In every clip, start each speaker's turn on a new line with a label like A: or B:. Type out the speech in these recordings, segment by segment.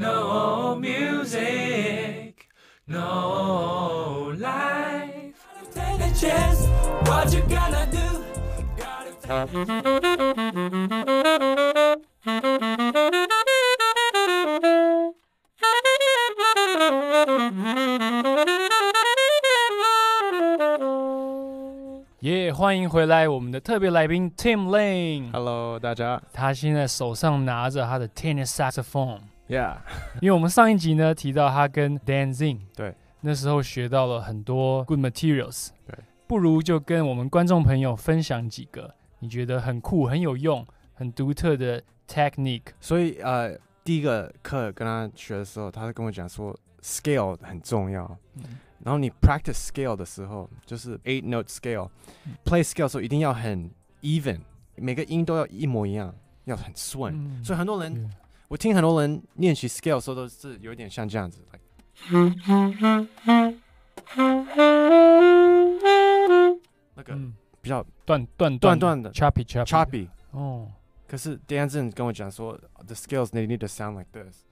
A: No music, no life. Take a chance. What you gonna do? Gotta take-
B: 耶欢迎回来，我们的特别来宾 Tim Lane，
C: Hello，大家
B: 他现在手上拿着他的 tenor saxophone，
C: ，Yeah，
B: 因为我们上一集呢提到他跟 Dan Zing，
C: 对，
B: 那时候学到了很多 good materials，
C: 对，
B: 不如就跟我们观众朋友分享几个你觉得很酷、很有用、很独特的 technique，
C: 所以呃，第一个课跟他学的时候，他跟我讲说，scale 很重要。然后你 practice scale 的时候，就是 eight note scale，play
B: 嗯
C: scale 的时候一定要很 even，每个音都要一模一样，要很顺。
B: 嗯
C: 所以很多人，
B: Yeah
C: 我听很多人练习 scale 的时候都是有点像这样子，like，那个
B: 嗯，
C: 比较
B: 断断
C: 断断的
B: choppy choppy
C: choppy。
B: 哦，
C: 可是 Dan z e n 跟我讲说，the scales they need to sound like this。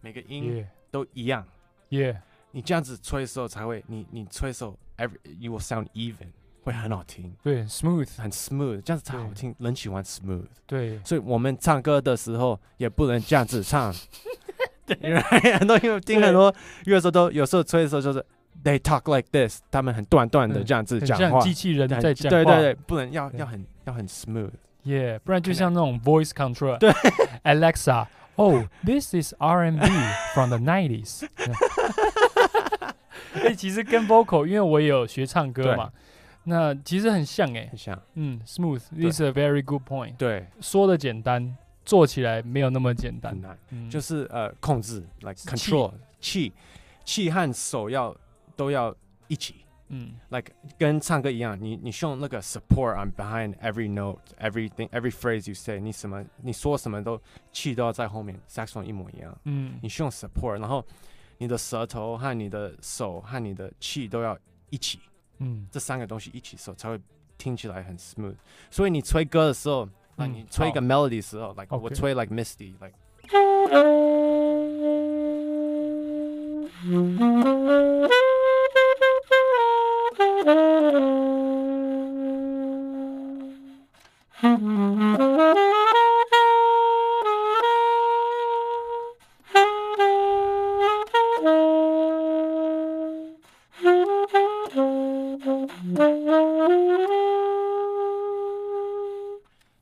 C: 每个音
B: 耶
C: 都一样，
B: 耶，
C: 你这样子吹的时候才会，你你吹的时候，every you will sound even，会很好听，
B: 对 smooth，
C: 很 smooth，这样子才好
B: 对
C: 听。人喜欢 smooth，
B: 对，
C: 所以我们唱歌的时候也不能这样子 唱。 因为很多因为听很多乐手都有时候吹的时候就是 they talk like this，他们很断断的
B: 嗯
C: 这样子
B: 很
C: 讲
B: 像
C: 话，
B: 机器人
C: 但
B: 在讲话，
C: 对对对，不能要
B: 对
C: 要很要很 smooth。
B: 耶，不然就像那种 voice control，对 ，Alexa。Oh, this is R&B from the 90s 哎、其实跟 vocal，因为我也有学唱歌
C: 对
B: 嘛，那其实很像哎、
C: 很像。
B: 嗯，smooth。This is a very good point。
C: 对，
B: 说的简单，做起来没有那么简单
C: 很。难，
B: 嗯
C: 就是呃控制，like
B: 气
C: control 气，气和手要都要一起
B: 嗯
C: ，like 跟唱歌一样，你你用那个 support on behind every note, everything, every phrase you say，你什么你说什么都气都要在后面，saxophone 一模一样，
B: 嗯
C: 你用 support，然后你的舌头和你的手和你的气都要一起，
B: 嗯，
C: 这三个东西一起的时候才会听起来很 smooth。所以你吹歌的时候，那、
B: 嗯
C: 你吹一个
B: 好
C: melody 的时候，like 我
B: OK
C: 吹 like Misty，like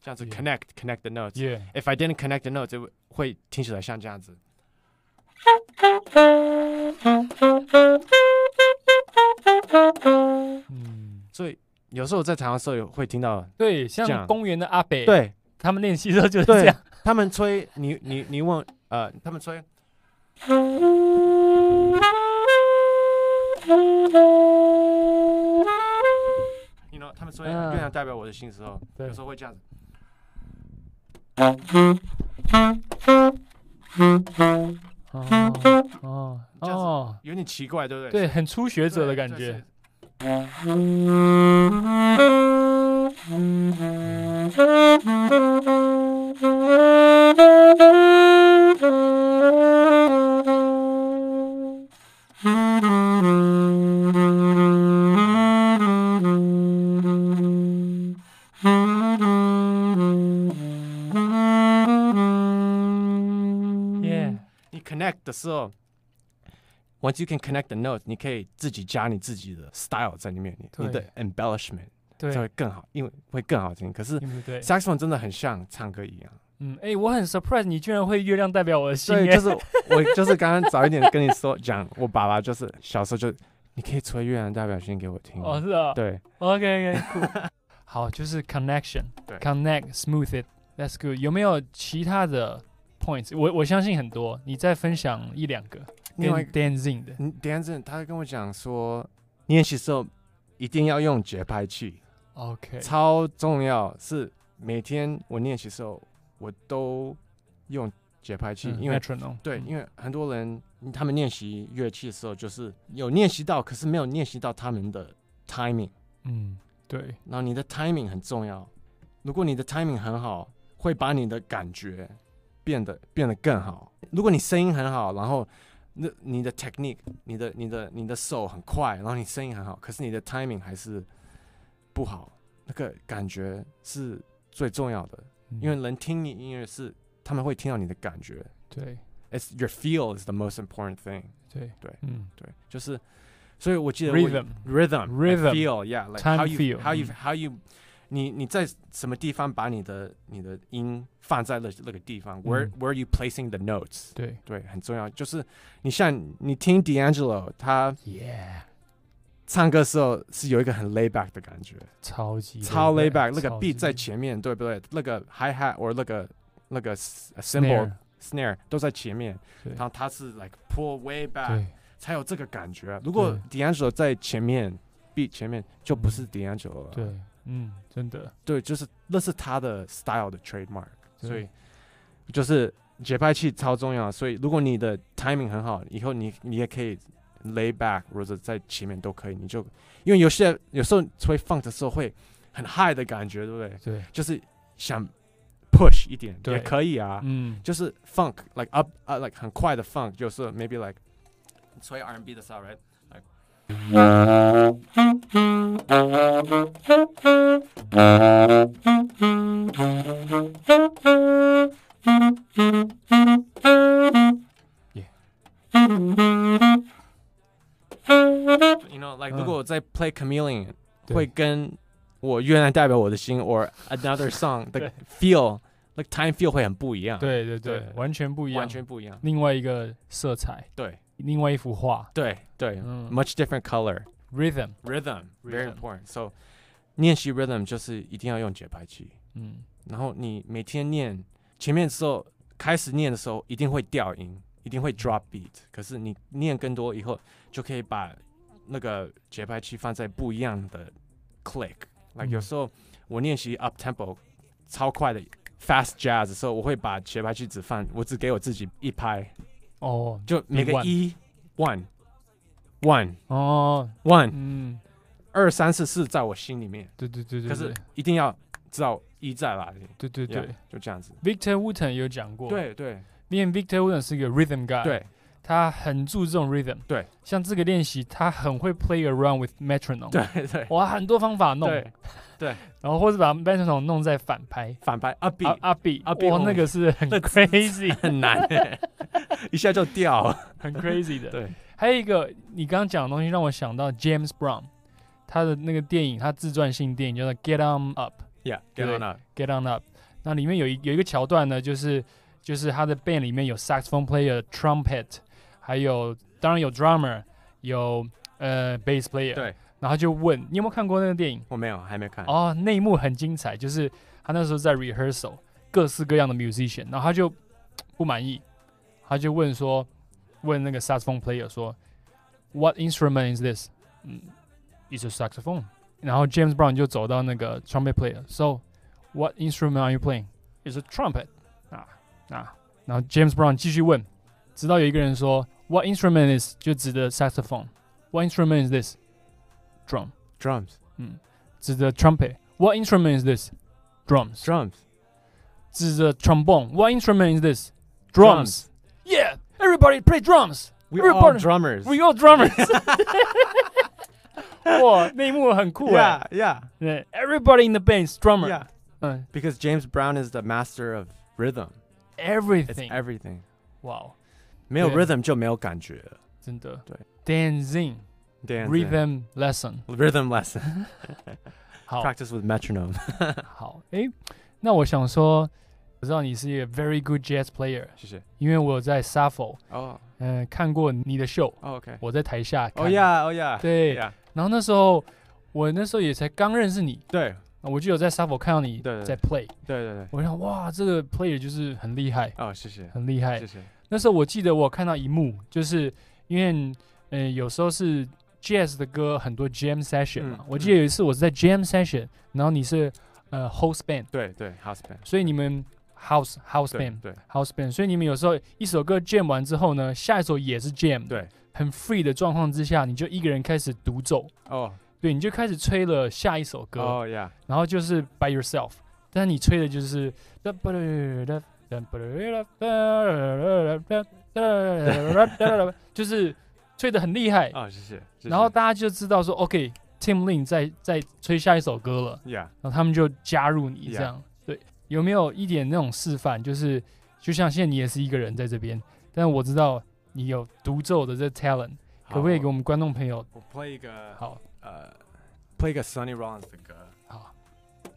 C: 这样子
B: Yeah
C: connect connect the notes。
B: 耶、
C: If I didn't connect the notes，就会听起来像这样子。
B: 嗯，
C: 所以有时候在台湾的时候有会听到，
B: 对，
C: 这
B: 像
C: 样
B: 公园的阿北，，
C: 对
B: 他们练习的时候就是
C: 对
B: 这样。
C: 他们吹，你你你问呃，他们吹，你 know，他们吹
B: 嗯
C: 月亮代表我的心的时候，
B: 对
C: 有时候会这样子。
A: 어.
B: 哦哦
C: 这样子
B: 哦，
C: 有点奇怪，对不对？
B: 对，很初学
C: 对，
B: 者的
C: 对
B: 感
C: 是
B: 觉。
A: 예.
B: 耶，
C: 你 connect 的时候，once you can connect the notes，你可以自己加你自己的 style 在里面，你
B: 对
C: 你的 embellishment
B: 对
C: 才，会更好，因为会更好听。可是
B: 对不嗯对？
C: saxophone 真的很像唱歌一样，
B: 嗯，哎，我很 surprise 你居然会月亮代表我的心
C: 所以
B: 耶，
C: 就是我就是刚刚早一点跟你说讲，我爸爸就是小时候就你可以吹月亮代表性给我听，
B: 哦，是 啊，
C: 对
B: OK OK，cool 好，就是 connection，
C: 对
B: connect smooth it，that's good。有没有其他的 points？我我相信很多，你再分享一两个跟
C: 另外一个
B: dancing 的。
C: 嗯等一下子他跟我讲说，练习时候一定要用节拍器。
B: OK，
C: 超重要，是每天我练习的时候，我都用节拍器，
B: 嗯
C: 因为
B: metronome
C: 对，
B: 嗯
C: 因为很多人嗯他们练习乐器的时候，就是有练习到，可是没有练习到他们的 timing。
B: 嗯，对，
C: 然后你的 timing 很重要，如果你的 timing 很好，会把你的感觉变得变得更好。如果你声音很好，然后那你的 technique，你的你的你的手很快，然后你声音很好，可是你的 timing 还是不好，那个感觉是最重要的。
B: 嗯
C: 因为人听你音乐是他们会听到你的感觉
B: 对
C: ，it's your feel is the most important thing。
B: 对
C: 对
B: 嗯
C: 对，就是，所以我记得我
B: rhythm
C: rhythm
B: Rhythm.
C: feel yeah like
B: Time
C: how you
B: feel. Mm.
C: how you
B: 嗯
C: how you 你你在什么地方把你的你的音放在了那个地方？Where
B: 嗯
C: where you placing the notes？
B: 对
C: 对，很重要。就是你像你听 D'Angelo 他
B: ，yeah，
C: 唱歌的时候是有一个很 lay back 的感觉，
B: 超级
C: 超 lay back，那个
B: 超
C: beat
B: 级
C: 在前面，对不对？那个 hi hat or 那个那个 s-
B: snare
C: cymbal snare 都在前面，
B: 对
C: 然后他是 like pull way back，
B: 对
C: 才有这个感觉。啊如果 D'Angelo 在前面，B 前面就不是 D'Angelo 了。
B: 对，嗯，真的，
C: 对，就是那是他的 style 的 trademark，
B: 对
C: 所以就是节拍器超重要。所以如果你的 timing 很好，以后你你也可以 lay back 或者在前面都可以。你就因为有些有时候吹 funk 的时候会很 high 的感觉，对不对？
B: 对，
C: 就是想 push 一点
B: 对
C: 也可以啊。
B: 嗯，
C: 就是 funk like up uh, like 很快的 funk，就是 maybe like 吹 R&B 的时候，right？Like-
B: Yeah.
C: You know, like、
B: 嗯
C: 如果我在 play chameleon，
B: 对
C: 会跟我原来代表我的心 or another song 的
B: 对
C: feel like time feel 会很不一样，，
B: 对对对
C: 对，
B: 完全不一样，
C: 完全不一样，
B: 另外一个色彩，
C: 对
B: 另外一幅画，
C: 对对、
B: 嗯
C: m u c h different color
B: ，rhythm，
C: rhythm very
B: Rhythm
C: important. So 练习 rhythm 就是一定要用节拍器，
B: 嗯，
C: 然后你每天念前面的时候，开始念的时候一定会掉音，一定会
B: 嗯
C: drop beat。可是你念更多以后，就可以把那个节拍器放在不一样的 click。like
B: 嗯
C: 有时候我练习 up tempo 超快的 fast jazz 的时候，我会把节拍器只放，我只给我自己一拍，
B: 哦
C: 就每个
B: one
C: 一 one one
B: 哦，
C: one
B: 嗯，
C: 二三四四在我心里面，
B: 对对对对，
C: 可是一定要知道一在哪里。
B: 对对对
C: Yeah，就这样子。
B: 对，Victor Wooten 有讲过，，
C: 对对
B: 因为 Victor Wooten 是一个 rhythm guy，
C: 对，
B: 他很注重 rhythm，
C: 对，
B: 像这个练习，他很会 play around with metronome，
C: 对对
B: 哇，很多方法弄，
C: 对
B: 然后或者把 metronome 弄在反拍，
C: 反拍啊 B
B: 阿阿比，
C: up beat，
B: 哇，那
C: 哦
B: 个是很
C: 那
B: crazy，
C: 很难 欸，一下就掉了。
B: 很 crazy 的。
C: 对，
B: 还有一个你刚刚讲的东西让我想到 James Brown，他的那个电影，他自传性电影叫做《Get On Up》
C: Yeah，
B: 对
C: get on up。
B: ，Get On Up。那里面有一有一个桥段呢，就是就是他的 band 里面有 saxophone player、trumpet，还有当然有 drummer，有呃 bass player。
C: 对，
B: 然后他就问你有没有看过那个电影？
C: 我没有，还没看。
B: 哦，那一幕很精彩，就是他那时候在 rehearsal，各式各样的 musician，然后他就不满意，他就问说，问那个 saxophone player 说，What instrument is this？嗯，It's a saxophone。然后 James Brown 就走到那个 trumpet player，So what instrument are you playing？It's a trumpet。啊啊，然后 James Brown 继续问，直到有一个人说，What instrument is？就指的 saxophone。What instrument is this？Drum。
C: Drums,
B: 指着 trumpet。What instrument is this? Drums。
C: drums,
B: 指着 trombone。What instrument is this?
C: Drums.
B: Drums。Yeah, everybody play drums.
C: we
B: We're
C: all
B: born-
C: drummers.
B: We all drummers. 哇，那一幕 很酷哎
C: yeah,。yeah,
B: 对，Everybody in the band is drummer。Uh,
C: yeah.
B: 嗯
C: Because James Brown is the master of rhythm. It's
B: ，everything。
C: everything.
B: 哇哦，
C: 没有
B: 对
C: rhythm 就没有感觉了。
B: 真的。
C: 对
B: Dancing
C: Dance,
B: rhythm Oh。 lesson。
C: rhythm lesson.
B: 好
C: Practice with metronome.
B: 好，诶，Eh? 那我想说，我知道你是一个 very good jazz player，
C: 谢谢。
B: 因为我有在 Sappho
C: 哦
B: 嗯、看过你的秀，
C: 哦，OK。
B: 我在台下看。
C: 哦呀，哦呀。
B: 对
C: oh, Yeah，
B: 然后那时候我那时候也才刚认识你，
C: 对
B: 啊我就有在 s u f f o 看到你
C: 对对对
B: 在 play，
C: 对对对。
B: 我想哇，这个 player 就是很厉害，
C: 哦，谢谢，
B: 很厉害
C: 谢。谢。
B: 那时候我记得我有看到一幕，就是因为嗯、呃有时候是 jazz 的歌很多 jam session 嘛，
C: 嗯
B: 我记得有一次我是在 jam session，然后你是呃 host band，
C: 对对，husband。
B: 所以你们 house house
C: 对
B: band
C: 对
B: house band，所以你们有时候一首歌 jam 完之后呢，下一首也是 jam，，
C: 对，
B: 很 free 的状况之下，你就一个人开始独奏，
C: 哦
B: 对，你就开始吹了下一首歌，
C: 哦呀，
B: 然后就是 by yourself，但是你吹的就是就是吹的很厉害，
C: 哦谢谢，谢
B: 哎然后
C: 谢
B: 大家就知道说 OK，Tim Lin 在在吹下一首歌了，
C: 呀，
B: 然后他们就加入你
C: Yeah
B: 这样。对，有没有一点那种示范？就是就像现在你也是一个人在这边，但我知道你有独奏的这 talent，可不可以给我
C: 们
B: 们观众朋友
C: 我 play 一个
B: 好
C: 呃 play 一个 Sunny Rollins 的歌，
B: 好？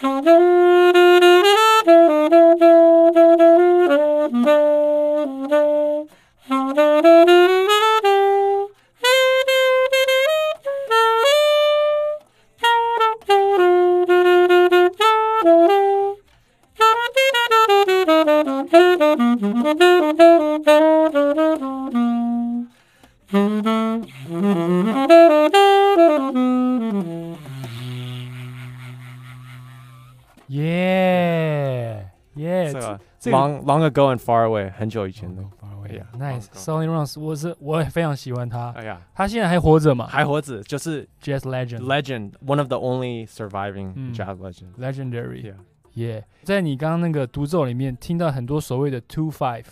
D: Thank you.
B: 耶耶，
C: 这个
B: 哎这个
C: Long Long Ago and Far Away 很久以前的，Yeah，
B: ，nice
C: 广告
B: Sonny Rollins，我是我也非常喜欢他，
C: 哎呀，
B: 他现在还活着嘛
C: 还活着，就是
B: ？Jazz Legend
C: legend, one of the only surviving
B: 嗯
C: jazz legend.
B: Legendary，
C: Yeah，
B: 耶，在你刚刚那个独奏里面听到很多所谓的 two five，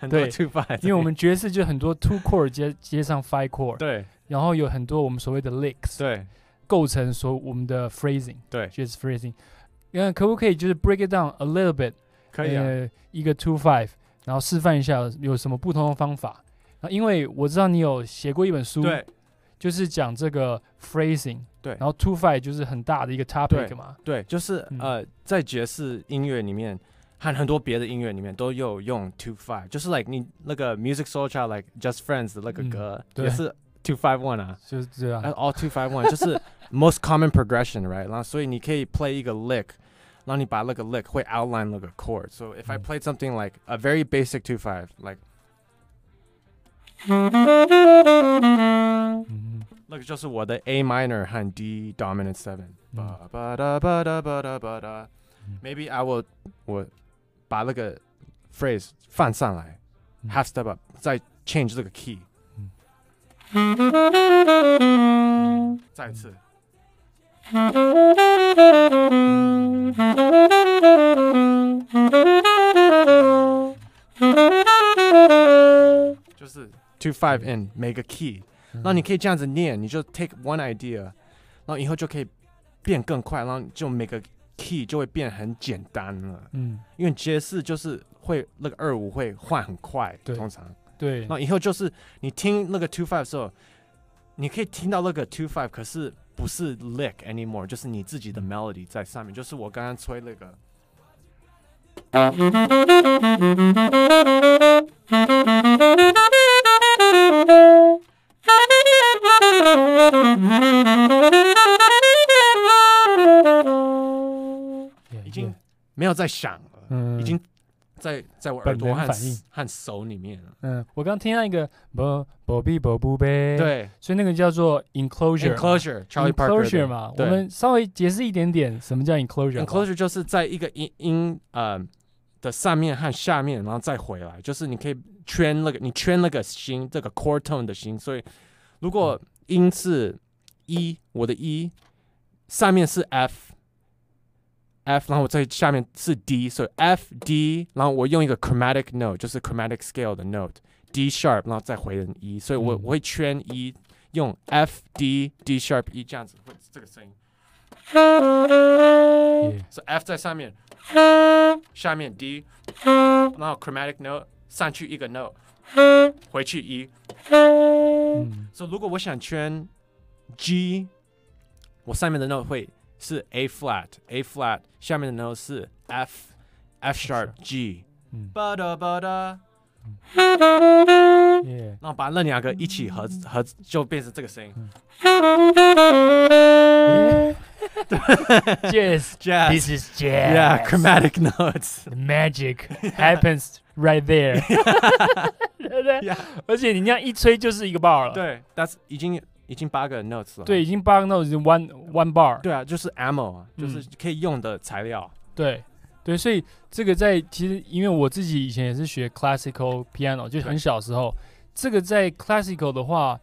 C: 很多
B: 对
C: two five，
B: 因为我们爵士就很多 two chord 接接上 five chord，
C: 对
B: 然后有很多我们所谓的 licks
C: 对
B: 构成所我们的 phrasing，
C: 对，
B: 就是 phrasing。嗯，可不可以就是 break it down a little bit？
C: 可以啊，
B: 呃，一个 two five，然后示范一下有什么不同的方法。然后因为我知道你有写过一本书，
C: 对
B: 就是讲这个 phrasing，
C: 对
B: 然后 two five 就是很大的一个 topic 嘛，
C: 对，就是
B: 嗯
C: 呃，在爵士音乐里面和很多别的音乐里面都有用 two five，就是 like 你那个 music soul child like just friends 的那个
B: 嗯
C: 歌
B: 对
C: 也是 two five one 啊。
B: 就是这样。
C: 呃 all two five one 就是 most common progression right，然后所以你可以 play 一个 lick，然后你把那个 lick 会 outline 那个 chord。So if I
B: 嗯
C: played something like a very basic two five like
B: 嗯，
C: 那个就是我的 A minor 和 D dominant seven，
B: 嗯
C: 吧吧哒吧哒吧哒吧哒
B: 嗯
C: ，maybe I will 我把那个 phrase 放上来
B: 嗯
C: ，half step up，再 change 这个 key，再次，就是 two five in 每个 key，
B: 嗯
C: 那你可以这样子念，你就 take one idea，然后以后就可以变更快，然后就每个 key 就会变很简单了，
B: 嗯，
C: 因为爵士就是会那个二五会换很快，
B: 对嗯
C: 通常。
B: 对，
C: 那以后就是你听那个 two five 的时候，你可以听到那个 two five，可是不是 lick anymore，就是你自己
B: 嗯
C: 的 melody 在上面，就是我刚刚吹那个，
B: Yeah,
C: 已经
B: yeah
C: 没有在响了，
B: 嗯
C: 已经在在我耳朵
B: 本能
C: 和
B: 反应
C: 和手里面了。
B: 嗯，我刚听到一个 bo bo bi bo bu b，
C: 对
B: 所以那个叫做 enclosure 嘛
C: ，enclosure，Charlie
B: enclosure
C: Parker 的
B: 嘛，我
C: 对
B: 们稍微解释一点点什么叫 enclosure 好不好。
C: enclosure 就是在一个音音呃的上面和下面，然后再回来，就是你可以圈那个你圈那个心，这个 core tone 的心。所以如果音是一，我的一上面是 F。F，然后我在下面是 D，所以 F D，然后我用一个 chromatic note，就是 chromatic scale 的 note，D sharp，然后再回成一，所以我、
B: 嗯
C: 我会圈一，用 F D D sharp 一这样子会这个声音，
B: Yeah
C: 所以 F 在上面，下面 D，然后 chromatic note 上去一个 note，回去一。
A: Ừ.
B: 嗯
C: 所、以如果我想圈 G，我上面的 note 会是 A flat，A flat，下面的 note 是 F。 F sharp G，
B: 嗯
C: 吧嗒吧嗒，
B: 耶，
C: 然后把那两个一起合合就变成这个声音嗯
B: Jazz。
C: ，jazz，yeah，chromatic
B: This is jazz.
C: notes，
B: The magic happens right there. 对不对
C: Yeah
B: 而且你那样一吹就是一个 bar 了。
C: 对，that's 已经已经八个 notes 了，
B: 对，已经 bar 那种已经 one one bar。
C: 对啊，就是 ammo，就是
B: 嗯
C: 可以用的材料，啊
B: 对对，所以这个在其实因为我自己以前也是学 classical piano，就很
C: 对
B: 小时候，这个在 classical 的话，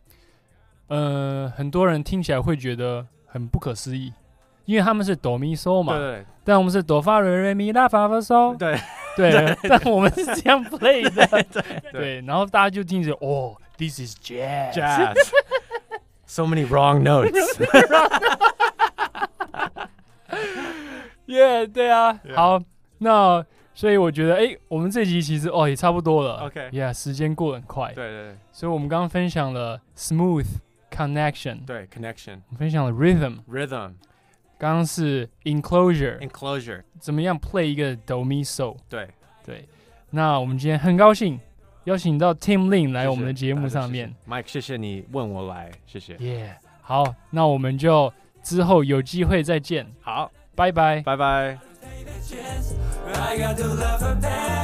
B: 呃，很多人听起来会觉得很不可思议，因为他们是哆咪
C: 对
B: 嗦嘛，
C: 对
B: 但我们是哆发瑞瑞咪拉发发嗦，
C: 对
B: 对，但我们是这样 play 的，
C: 对
B: 对，然后大家就听着哦，this is jazz，
C: ，jazz，so many wrong notes，
B: 耶，对啊，
C: Yeah
B: 好，那所以我觉得，哎，我们这集其实哦也差不多了
C: OK
B: ，yeah，时间过得很快，
C: 对对
B: 所以我们刚刚分享了 smooth connection，
C: 对对，connection。
B: 我们分享了 rhythm，
C: Rhythm
B: 刚刚是 enclosure，
C: enclosure，
B: 怎么样 play 一个 do mi so？
C: 对，
B: 对，那我们今天很高兴邀请到 Tim Lin 来
C: 谢
B: 我们
C: 谢
B: 的节
C: 大
B: 目
C: 家
B: 上
C: 谢谢
B: 面。
C: Mike，谢谢你问我来，谢谢。
B: 耶好，那我们就之后有机会再见，
C: 好，
B: 拜拜。
C: 拜拜。
A: Take a chance. I got to love her back.